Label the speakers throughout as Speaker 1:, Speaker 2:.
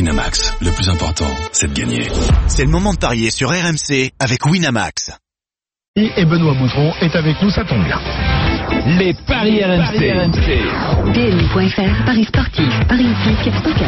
Speaker 1: Winamax, le plus important, c'est de gagner.
Speaker 2: C'est le moment de parier sur RMC avec Winamax.
Speaker 3: et Benoît Boutron est avec nous, ça tombe bien.
Speaker 4: Les Paris RMC.
Speaker 5: PMU.fr, Paris sportif, Paris hippique,
Speaker 3: Euh,
Speaker 5: poker.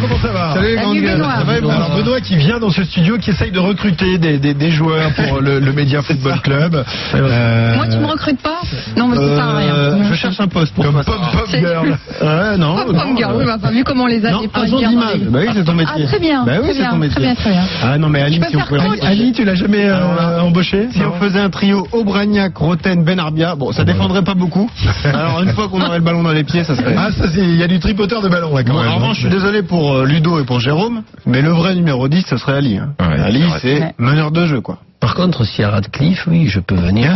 Speaker 3: comment ça va Salut,
Speaker 5: Salut, Benoît.
Speaker 3: Ça va, Benoît Alors Benoît qui vient dans ce studio, qui essaye de recruter des, des- des joueurs pour le, le Média Football Club. Euh,
Speaker 5: Moi, tu me recrutes pas hein. Non, mais c'est ça,
Speaker 3: euh,
Speaker 5: rien.
Speaker 3: je cherche un poste pour Comme Pop Pop
Speaker 5: C'est-
Speaker 3: Girl. Ouais, non.
Speaker 5: Pop
Speaker 3: non,
Speaker 5: Pop Girl,
Speaker 3: euh,
Speaker 5: oui, bah, enfin, vu comment on les a,
Speaker 3: Non,
Speaker 5: les Pop
Speaker 3: agent
Speaker 5: Girl,
Speaker 3: d'image.
Speaker 5: dans les-
Speaker 3: Bah oui, c'est ton métier.
Speaker 5: Ah, très bien.
Speaker 3: Bah oui,
Speaker 5: très
Speaker 3: c'est
Speaker 5: bien,
Speaker 3: ton métier.
Speaker 5: Très bien, très bien.
Speaker 3: Ah non, mais Annie,
Speaker 5: peux
Speaker 3: si on
Speaker 5: faire
Speaker 3: pouvait-
Speaker 5: coach.
Speaker 3: Annie, tu l'as jamais euh, embauchée
Speaker 6: Si on faisait un trio Aubragnac, Roten, Benarbia, bon,
Speaker 3: Ah, bah
Speaker 6: ça défendrait pas beaucoup. Alors une fois qu'on aurait le ballon dans les pieds, ça serait.
Speaker 3: Ah, ça, c'est- il y a du tripoteur de ballon, là, quand
Speaker 6: Bon,
Speaker 3: même. hein.
Speaker 6: en revanche, je suis désolé pour euh, Ludo et pour Jérôme, mais le vrai numéro 10, ce serait Ali. hein.
Speaker 3: Ouais,
Speaker 6: Ali,
Speaker 3: c'est vrai.
Speaker 6: c'est
Speaker 5: Ouais.
Speaker 6: meneur de jeu, quoi.
Speaker 4: Par contre, s'il y a Radcliffe, oui, je peux venir.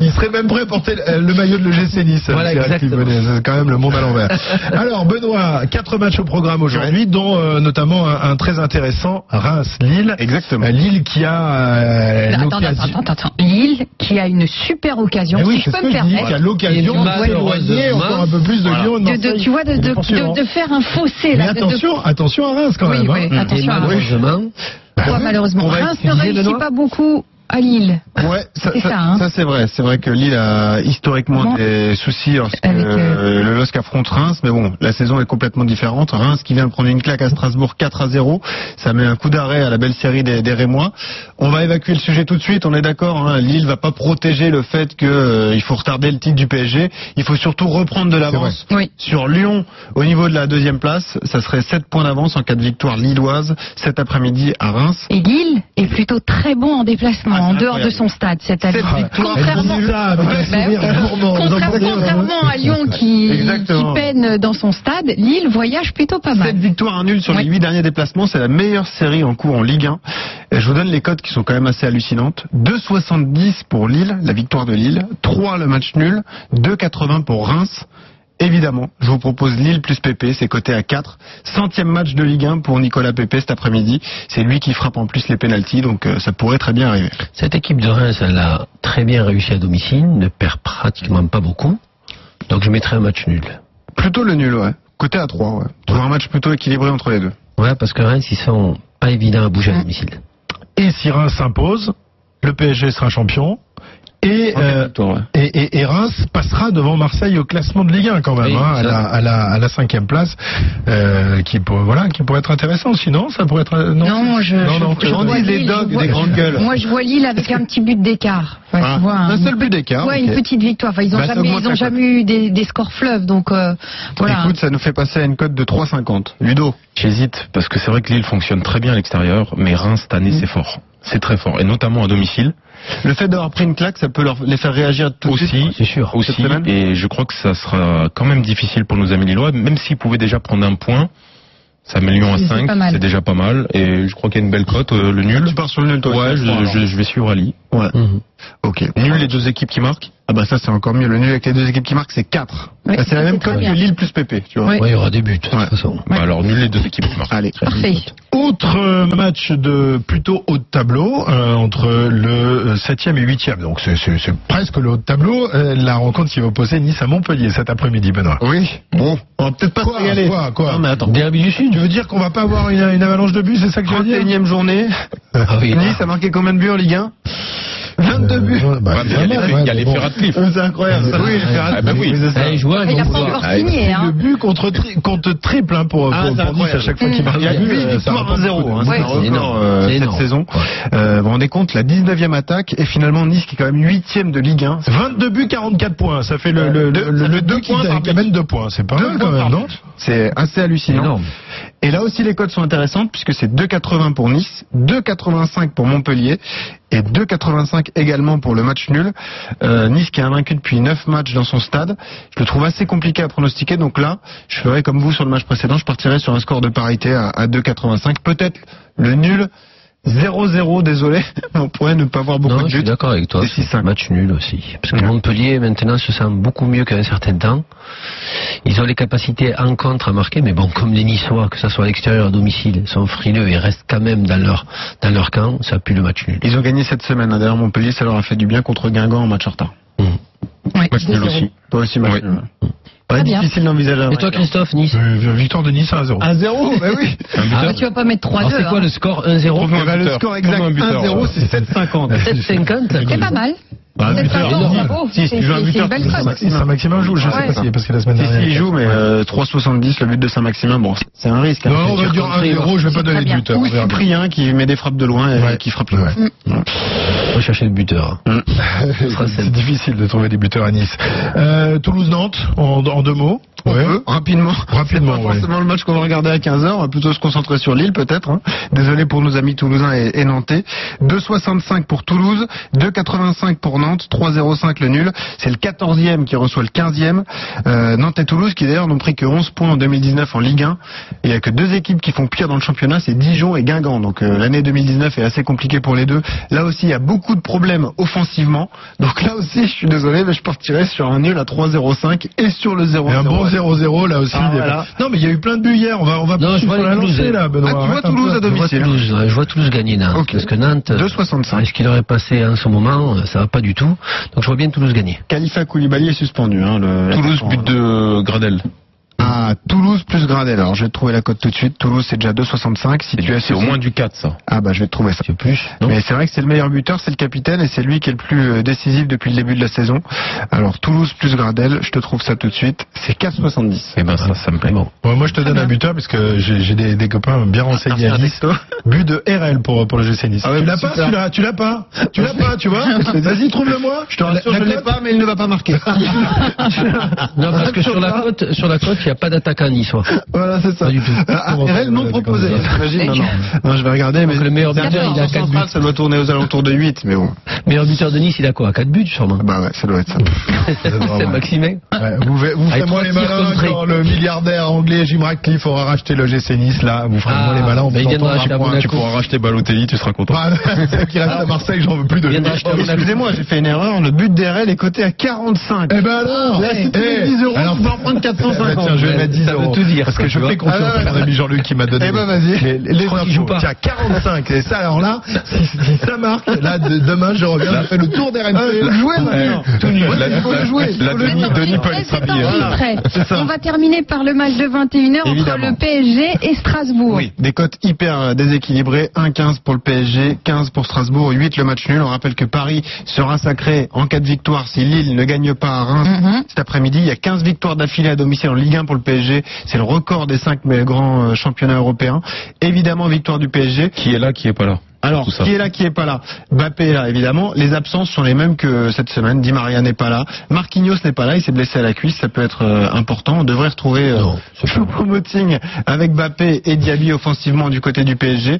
Speaker 3: Il serait même prêt à porter le, le maillot de le GC Nice.
Speaker 4: Voilà,
Speaker 3: monsieur Alfie
Speaker 4: exactement.
Speaker 3: Bonnet. C'est quand même le monde à l'envers. Alors, Benoît, quatre matchs au programme aujourd'hui, dont euh, notamment un, un très intéressant Reims-Lille.
Speaker 6: Exactement.
Speaker 3: Euh, Lille qui a euh,
Speaker 5: Attends,
Speaker 3: l'occasion.
Speaker 5: attends, attends, attends. Lille, qui a une super occasion,
Speaker 3: Eh oui,
Speaker 5: si je
Speaker 3: c'est
Speaker 5: peux
Speaker 3: ce que
Speaker 5: me
Speaker 3: je dis,
Speaker 5: permettre.
Speaker 3: qui a l'occasion
Speaker 4: Et
Speaker 3: d'éloigner
Speaker 4: malheureusement,
Speaker 3: encore un peu plus de
Speaker 6: voilà.
Speaker 3: Lyon et de
Speaker 5: De, de-
Speaker 3: Marseille.
Speaker 5: tu vois, de, de,
Speaker 3: Et poursuivre.
Speaker 5: de- de faire un fossé.
Speaker 3: Mais
Speaker 5: Là, de- de-
Speaker 3: attention, attention à Reims quand
Speaker 5: Oui,
Speaker 3: même.
Speaker 5: oui,
Speaker 3: hein.
Speaker 4: Et
Speaker 5: attention à Reims.
Speaker 4: malheureusement,
Speaker 5: Pourquoi, malheureusement,
Speaker 4: On va
Speaker 5: Reims ne
Speaker 4: étudier,
Speaker 5: réussit
Speaker 4: Benoît
Speaker 5: pas beaucoup à Lille.
Speaker 6: Ouais, ça,
Speaker 5: C'est
Speaker 6: ça-
Speaker 5: ça, hein.
Speaker 6: ça, c'est vrai. C'est vrai que Lille a historiquement
Speaker 5: Bon.
Speaker 6: des soucis lorsque
Speaker 5: Avec, euh,
Speaker 6: euh, le LOSC affronte Reims, mais bon, la saison est complètement différente. Reims qui vient de prendre une claque à Strasbourg 4 à 0, ça met un coup d'arrêt à la belle série des, des Rémois. On va évacuer le sujet tout de suite. On est d'accord. Hein, Lille va pas protéger le fait que euh, il faut retarder le titre du PSG. Il faut surtout reprendre de l'avance
Speaker 5: Oui.
Speaker 6: sur Lyon au niveau de la deuxième place. Ça serait 7 points d'avance en cas de victoire lilloise cet après-midi à Reims.
Speaker 5: Et Lille est plutôt très bon en
Speaker 6: Ah,
Speaker 5: déplacement,
Speaker 6: c'est
Speaker 5: en dehors de
Speaker 6: incroyable.
Speaker 5: son stade cette année.
Speaker 6: Cette victoire,
Speaker 5: Contrairement,
Speaker 3: Ah Elle dit ça avec un
Speaker 5: Ouais,
Speaker 3: sourire
Speaker 5: bah oui.
Speaker 3: gourmand. Vous
Speaker 5: Contraire-
Speaker 3: entendez,
Speaker 5: contrairement à Lyon qui,
Speaker 6: Exactement.
Speaker 5: qui peine dans son stade, Lille voyage plutôt pas
Speaker 6: 7
Speaker 5: mal.
Speaker 6: victoires, un nul sur les
Speaker 5: Oui.
Speaker 6: 8 derniers déplacements, c'est la meilleure série en cours en Ligue 1. Et je vous donne les codes qui sont quand même assez hallucinantes. 2,70 pour Lille, la victoire de Lille, 3 le match nul, 2,80 pour Reims. Évidemment, je vous propose Lille plus PP, c'est coté à 4. Centième match de Ligue 1 pour Nicolas Pépé cet après-midi. C'est lui qui frappe en plus les pénalties, donc euh, ça pourrait très bien arriver.
Speaker 4: cette équipe de Reims, elle a très bien réussi à domicile, ne perd pratiquement pas beaucoup. Donc je mettrai un match nul.
Speaker 6: Plutôt le nul, ouais. Coté à 3, ouais. Trouve un match plutôt équilibré entre les deux.
Speaker 4: Ouais, parce que Reims, ils sont pas évidents à bouger à domicile.
Speaker 3: Et si Reims s'impose, le PSG sera champion. Et,
Speaker 6: En quatre
Speaker 3: euh,
Speaker 6: victoires, ouais.
Speaker 3: Et, et- et Reims passera devant Marseille au classement de Ligue 1 quand même,
Speaker 4: Oui,
Speaker 3: hein, à,
Speaker 4: ça.
Speaker 3: la, à, la, à la cinquième place, euh, qui, pour, voilà, qui pourrait être intéressant. Sinon, ça pourrait être... euh, Non,
Speaker 5: Non, moi, je-
Speaker 3: non,
Speaker 5: je-
Speaker 3: non,
Speaker 5: je
Speaker 6: J'en
Speaker 5: vois
Speaker 6: dis les
Speaker 5: Lille,
Speaker 6: dogs,
Speaker 5: je vois-
Speaker 6: des grandes gueules.
Speaker 5: Moi, je vois Lille avec un petit but d'écart. Ouais,
Speaker 6: Ah,
Speaker 5: tu vois,
Speaker 6: un
Speaker 5: un-
Speaker 6: seul but d'écart.
Speaker 5: Ouais,
Speaker 6: ok.
Speaker 5: une petite victoire. Enfin, ils n'ont
Speaker 6: Bah, ça
Speaker 5: jamais,
Speaker 6: augmente
Speaker 5: ils ont
Speaker 6: la
Speaker 5: jamais eu des, des scores fleuves, donc euh, voilà.
Speaker 6: Écoute, ça nous fait passer à une cote de 3,50. Ludo
Speaker 7: J'hésite parce que c'est vrai que Lille fonctionne très bien à l'extérieur, mais Reims cette année c'est fort, c'est très fort et notamment à domicile
Speaker 6: Le fait d'avoir pris une claque, ça peut leur, les faire réagir tout de suite.
Speaker 7: aussi.
Speaker 4: C'est sûr.
Speaker 6: Cette
Speaker 7: Aussi
Speaker 6: semaine
Speaker 7: et je crois que ça sera quand même difficile pour nos amis lillois, même s'ils pouvaient déjà prendre un point. Ça met Lyon à
Speaker 5: C'est pas mal.
Speaker 7: 5, c'est déjà pas mal et je crois qu'il y a une belle cote, euh, le nul.
Speaker 6: Tu pars sur le nul, toi
Speaker 7: Ouais,
Speaker 6: aussi, je
Speaker 7: je,
Speaker 6: crois, alors.
Speaker 7: je- je vais suivre Ali.
Speaker 6: Ouais.
Speaker 4: Mhm.
Speaker 6: Ok.
Speaker 7: Nul les deux équipes qui marquent.
Speaker 6: Ah bah ça c'est encore mieux. Le nul avec les deux équipes qui marquent, c'est 4.
Speaker 5: Ouais,
Speaker 6: c'est la
Speaker 5: ça,
Speaker 6: même
Speaker 5: c'est très
Speaker 6: cote que
Speaker 5: bien.
Speaker 6: Lille plus PP, tu vois.
Speaker 5: Ouais.
Speaker 4: Ouais, il y aura des buts, de
Speaker 6: Ouais. Ah,
Speaker 4: toute façon.
Speaker 7: Bah alors nul les deux équipes qui marquent.
Speaker 6: Allez.
Speaker 5: Parfait.
Speaker 3: Autre euh, match de plutôt haut de tableau euh, entre le 7e et 8e. Donc c'est- c'est c'est presque le haut de tableau. euh, la rencontre qui va opposer Nice à Montpellier cet après-midi, Benoît.
Speaker 6: Oui. Bon, on va peut-être pas
Speaker 3: Quoi,
Speaker 6: se régaler.
Speaker 3: quoi, quoi
Speaker 6: Non Ah, mais attends.
Speaker 4: Derby du Sud
Speaker 3: Tu veux dire qu'on va pas avoir une, une avalanche de buts, c'est ça que tu veux dire
Speaker 6: 31 e journée.
Speaker 4: Ah oui.
Speaker 6: Nice a marqué combien de buts en Ligue 1 22 buts.
Speaker 3: Euh, bah,
Speaker 7: Ouais, mais il y a
Speaker 3: évidemment,
Speaker 7: les-
Speaker 3: Euh, ouais,
Speaker 7: il y a les
Speaker 3: bon.
Speaker 7: faits Radcliffe.
Speaker 6: C'est incroyable.
Speaker 4: Ah,
Speaker 6: Oui, il
Speaker 4: ah,
Speaker 6: fait
Speaker 7: ah, bah oui.
Speaker 6: c'est ça.
Speaker 4: Ah, les joueurs, ils
Speaker 5: Il n'a
Speaker 4: vont
Speaker 5: pas
Speaker 4: voir.
Speaker 5: encore
Speaker 7: Ah,
Speaker 5: signé.
Speaker 3: Le
Speaker 5: Hein.
Speaker 3: but contre, tri- contre triple hein, pour,
Speaker 6: Ah, c'est
Speaker 3: pour- pour Nice à
Speaker 6: incroyable.
Speaker 3: chaque fois qu'il
Speaker 5: Mm.
Speaker 3: marque.
Speaker 6: Il y a
Speaker 3: un but,
Speaker 6: huit
Speaker 3: euh, ça
Speaker 6: victoires
Speaker 3: rapporte
Speaker 6: 1-0, hein,
Speaker 3: beaucoup
Speaker 6: c'est un
Speaker 3: de-
Speaker 4: Ouais, c'est
Speaker 6: record
Speaker 4: énorme.
Speaker 6: euh,
Speaker 4: C'est
Speaker 6: cette
Speaker 4: énorme.
Speaker 6: saison. Euh, vous vous rendez compte, la 19e attaque et finalement Nice qui est quand même 8e de Ligue 1.
Speaker 3: 22 buts, 44 points. Ça fait le, le,
Speaker 6: Deux-
Speaker 3: le,
Speaker 6: ça fait deux
Speaker 3: 2 qui
Speaker 6: points par
Speaker 3: qui amène 2 points. C'est pas
Speaker 6: Deux
Speaker 3: mal
Speaker 6: points
Speaker 3: quand même,
Speaker 6: par
Speaker 3: non
Speaker 6: but. C'est assez
Speaker 4: C'est
Speaker 6: hallucinant.
Speaker 4: énorme.
Speaker 6: Et là aussi les codes sont intéressantes puisque c'est 2,80 pour Nice, 2,85 pour Montpellier et 2,85 également pour le match nul. Euh, nice qui a vaincu depuis 9 matchs dans son stade. Je le trouve assez compliqué à pronostiquer donc là je ferai comme vous sur le match précédent, je partirai sur un score de parité à, à 2,85. Peut-être le nul 0-0, désolé, on pourrait ne pas voir beaucoup
Speaker 4: non,
Speaker 6: de
Speaker 4: je
Speaker 6: buts.
Speaker 4: suis d'accord avec toi.
Speaker 6: Des 6-5.
Speaker 4: Match nul aussi. Parce que
Speaker 6: Ouais.
Speaker 4: Montpellier, maintenant, se sent beaucoup mieux qu'à un certain temps. Ils ont les capacités en contre à marquer, mais bon, comme les Niçois, que ce soit à l'extérieur ou à domicile, sont frileux et restent quand même dans leur, dans leur camp, ça pue le match nul.
Speaker 6: Ils ont gagné cette semaine, hein. d'ailleurs Montpellier ça leur a fait du bien contre Guingamp en match en retard.
Speaker 5: Ouais,
Speaker 7: Match nul
Speaker 5: 2-0.
Speaker 7: aussi.
Speaker 6: Toi aussi match
Speaker 7: Oui.
Speaker 6: nul. Pas
Speaker 8: Très bien.
Speaker 6: difficile d'envisager un
Speaker 4: Et toi,
Speaker 6: vainqueur.
Speaker 4: Christophe, Nice
Speaker 3: Euh, victoire de Nice 1 0.
Speaker 6: Un 0 bah oui.
Speaker 8: Ah,
Speaker 4: Ah,
Speaker 7: Un buteur.
Speaker 8: tu vas pas mettre 3-2.
Speaker 4: Alors, c'est quoi
Speaker 8: hein.
Speaker 4: le score 1-0
Speaker 7: Trouve-moi
Speaker 6: Eh ben,
Speaker 3: bah,
Speaker 7: un
Speaker 6: le
Speaker 7: buteur.
Speaker 6: score exact
Speaker 7: Trouve-moi un buteur.
Speaker 6: 1-0, c'est 7,50.
Speaker 4: 7,50
Speaker 8: C'est pas mal.
Speaker 3: Bah,
Speaker 8: C'est
Speaker 3: buteur,
Speaker 8: pas grand,
Speaker 3: énorme.
Speaker 8: bravo.
Speaker 6: Si, si
Speaker 8: C'est
Speaker 6: tu veux un
Speaker 8: c'est- c'est
Speaker 6: buteur,
Speaker 8: une belle
Speaker 6: c'est
Speaker 8: cote.
Speaker 6: ça.
Speaker 3: Saint-Maximin joue, je sais
Speaker 8: Ouais.
Speaker 7: Ah,
Speaker 3: pas s'il est parce que la semaine
Speaker 6: Si,
Speaker 3: dernière.
Speaker 6: si, il joue, mais euh, 3,70 le but de Saint-Maximin, bon, c'est- c'est un risque. hein.
Speaker 3: Non, on va
Speaker 6: C'est
Speaker 3: dire
Speaker 6: sûr qu'on
Speaker 3: 1
Speaker 6: sait,
Speaker 3: 0, je vais
Speaker 8: C'est
Speaker 3: pas donner
Speaker 8: très
Speaker 3: de
Speaker 8: bien.
Speaker 3: buteur.
Speaker 6: Ou
Speaker 3: on verra bien.
Speaker 6: Cyprien hein, qui met des frappes de loin et
Speaker 3: Ouais.
Speaker 6: qui frappe le
Speaker 3: Ouais. Mm.
Speaker 4: On chercher le buteur.
Speaker 3: C'est difficile de trouver des buteurs à Nice. Euh, Toulouse-Nantes, en, en deux mots.
Speaker 6: On
Speaker 3: Ouais.
Speaker 6: peut, rapidement.
Speaker 3: Rapidement,
Speaker 6: C'est pas
Speaker 3: ouais.
Speaker 6: forcément le match qu'on va regarder à 15h, on va plutôt se concentrer sur Lille peut-être. hein. Désolé pour nos amis toulousains et, et nantais. 2,65 pour Toulouse, 2,85 pour Nantes, 3,05 le nul. C'est le 14e qui reçoit le 15e. Euh, Nantes et Toulouse qui d'ailleurs n'ont pris que 11 points en 2019 en Ligue 1. Il n'y a que deux équipes qui font pire dans le championnat, c'est Dijon et Guingamp. Donc euh, l'année 2019 est assez compliquée pour les deux. Là aussi, il y a beaucoup de problèmes offensivement. Donc là aussi, je suis désolé, mais je partirai sur un nul à 3,05 et sur le 0
Speaker 3: Et un bon 0-0 là aussi.
Speaker 6: Ah,
Speaker 3: il y a-
Speaker 6: voilà.
Speaker 3: Non mais il y a eu plein de buts hier, on va on va
Speaker 4: Non,
Speaker 3: plus
Speaker 4: je vois
Speaker 3: sur
Speaker 4: les
Speaker 3: la lancée
Speaker 4: Toulousains.
Speaker 3: là Benoît.
Speaker 6: Ah, tu vois
Speaker 3: Arrête un
Speaker 6: Toulouse à
Speaker 3: peu.
Speaker 4: Je vois
Speaker 6: domicile.
Speaker 4: Toulouse, ouais, je vois Toulouse gagner Nantes.
Speaker 6: Ok.
Speaker 4: Parce que Nantes,
Speaker 6: 2,65.
Speaker 4: est ce qui leur est passé en ce moment, euh, ça va pas du tout. Donc je vois bien Toulouse gagner.
Speaker 6: Khalifa Koulibaly est suspendu. Hein, le,
Speaker 7: Toulouse,
Speaker 6: l'attaquant,
Speaker 7: but
Speaker 6: hein.
Speaker 7: de Gradel.
Speaker 6: Ah, Toulouse plus Gradel. Alors, je vais te trouver la cote tout de suite. Toulouse, c'est déjà 2,65. Si tu as
Speaker 7: C'est au moins du 4, ça.
Speaker 6: Ah, bah, je vais te trouver ça.
Speaker 4: plus non
Speaker 6: Mais c'est vrai que c'est le meilleur buteur, c'est le capitaine, et c'est lui qui est le plus euh, décisif depuis le début de la saison. Alors, Toulouse plus Gradel, je te trouve ça tout de suite. C'est 4,70.
Speaker 7: Eh ben, ça, ça me plaît.
Speaker 4: Bon.
Speaker 3: Ouais, moi je te donne un buteur parce que j'ai j'ai des, des copains bien renseignés à Nice. But de RL pour pour le GC Nice.
Speaker 6: Ah ouais,
Speaker 3: tu l'as
Speaker 6: super.
Speaker 3: pas celui-là, tu l'as pas, tu l'as pas, tu vois Vas-y trouve-le-moi.
Speaker 6: Je te rassure, je l'ai pas, mais il ne va pas marquer.
Speaker 4: Ah, Non, parce que sur la côte, sur la côte, il n'y a pas d'attaquant niçois.
Speaker 6: voilà, c'est ça.
Speaker 4: Pas du tout.
Speaker 6: Euh, ah, RL non proposé. J'imagine, non, non. Non, je vais regarder, mais
Speaker 4: Donc, le meilleur
Speaker 6: c'est un
Speaker 4: buteur, il a
Speaker 6: central,
Speaker 4: quatre buts.
Speaker 6: Ça doit tourner aux alentours de 8, mais bon.
Speaker 4: Meilleur buteur de Nice, il a quoi 4 buts sûrement.
Speaker 6: Ah Bah ouais, ça doit être ça.
Speaker 4: C'est hein. Maximin.
Speaker 3: Ouais, vous faites- vous faites
Speaker 4: Avec trois
Speaker 3: moins les
Speaker 4: tirs
Speaker 3: malins
Speaker 4: contrés.
Speaker 3: quand le milliardaire anglais Jim Ratcliffe aura racheté le GC Nice là. Vous ferez
Speaker 4: Ah,
Speaker 3: moins les malins. On
Speaker 4: mais il
Speaker 3: vous
Speaker 4: viendra
Speaker 3: entendra
Speaker 4: acheter à
Speaker 3: moins.
Speaker 4: Monaco.
Speaker 3: Tu pourras racheter.
Speaker 7: Balotelli, tu seras content.
Speaker 3: Bah, ceux qui restent à Marseille, j'en veux plus de
Speaker 4: Il
Speaker 3: lui.
Speaker 4: viendra acheter à
Speaker 3: Oh,
Speaker 4: Monaco.
Speaker 6: Excusez-moi, j'ai fait une erreur. Le but d'RL est coté à 45.
Speaker 3: Eh ben alors
Speaker 6: Là, si tu mets
Speaker 3: eh,
Speaker 6: 10 euros,
Speaker 3: alors,
Speaker 6: tu vas en prendre 450.
Speaker 3: Eh ben, tiens, je vais
Speaker 4: Ouais,
Speaker 3: mettre 10
Speaker 4: ça veut
Speaker 3: euros.
Speaker 4: tout dire,
Speaker 3: Parce
Speaker 4: ça,
Speaker 3: que
Speaker 4: tu
Speaker 3: je fais
Speaker 4: vois.
Speaker 3: confiance
Speaker 6: Ah ouais,
Speaker 3: à mon ami Jean-Luc qui m'a donné
Speaker 6: Eh ben,
Speaker 3: les-
Speaker 6: vas-y.
Speaker 3: les, les
Speaker 4: crois qu'il
Speaker 3: infos.
Speaker 4: joue pas.
Speaker 3: Tiens, 45. Et ça, alors là, si, si ça marque, là, de- demain, je reviens, je fais le tour des RMC.
Speaker 6: Euh, Jouez maintenant.
Speaker 7: Tout nul.
Speaker 6: Ouais,
Speaker 7: La-
Speaker 6: il faut le
Speaker 7: la-
Speaker 6: jouer.
Speaker 7: la-
Speaker 6: Il faut le
Speaker 7: la-
Speaker 6: jouer.
Speaker 7: Denis- Denis Paul
Speaker 8: Et c'est
Speaker 7: Sabier.
Speaker 8: enregistré.
Speaker 6: C'est ça.
Speaker 8: On va terminer par le match de 21h entre
Speaker 6: Évidemment.
Speaker 8: le PSG et Strasbourg.
Speaker 6: Oui, des cotes hyper euh, déséquilibrées. 1,15 pour le PSG, 15 pour Strasbourg, 8 le match nul. On rappelle que Paris sera sacré en cas de victoire si Lille ne gagne pas à Reims
Speaker 8: Mhm.
Speaker 6: cet après-midi. Il y a 15 victoires d'affilée à domicile en Ligue 1 pour le PSG. C'est le record des 5 grands euh, championnats européens. Évidemment, victoire du PSG.
Speaker 7: Qui est là, qui est pas là.
Speaker 6: Alors,
Speaker 7: Tout ça.
Speaker 6: qui est là, qui est pas là Mbappé est là, évidemment. Les absences sont les mêmes que cette semaine. Di Maria n'est pas là. Marquinhos n'est pas là. Il s'est blessé à la cuisse. Ça peut être euh, important. On devrait retrouver euh,
Speaker 4: Non, c'est pas vrai.
Speaker 6: Choupo-Moting avec Mbappé et Diaby offensivement du côté du PSG.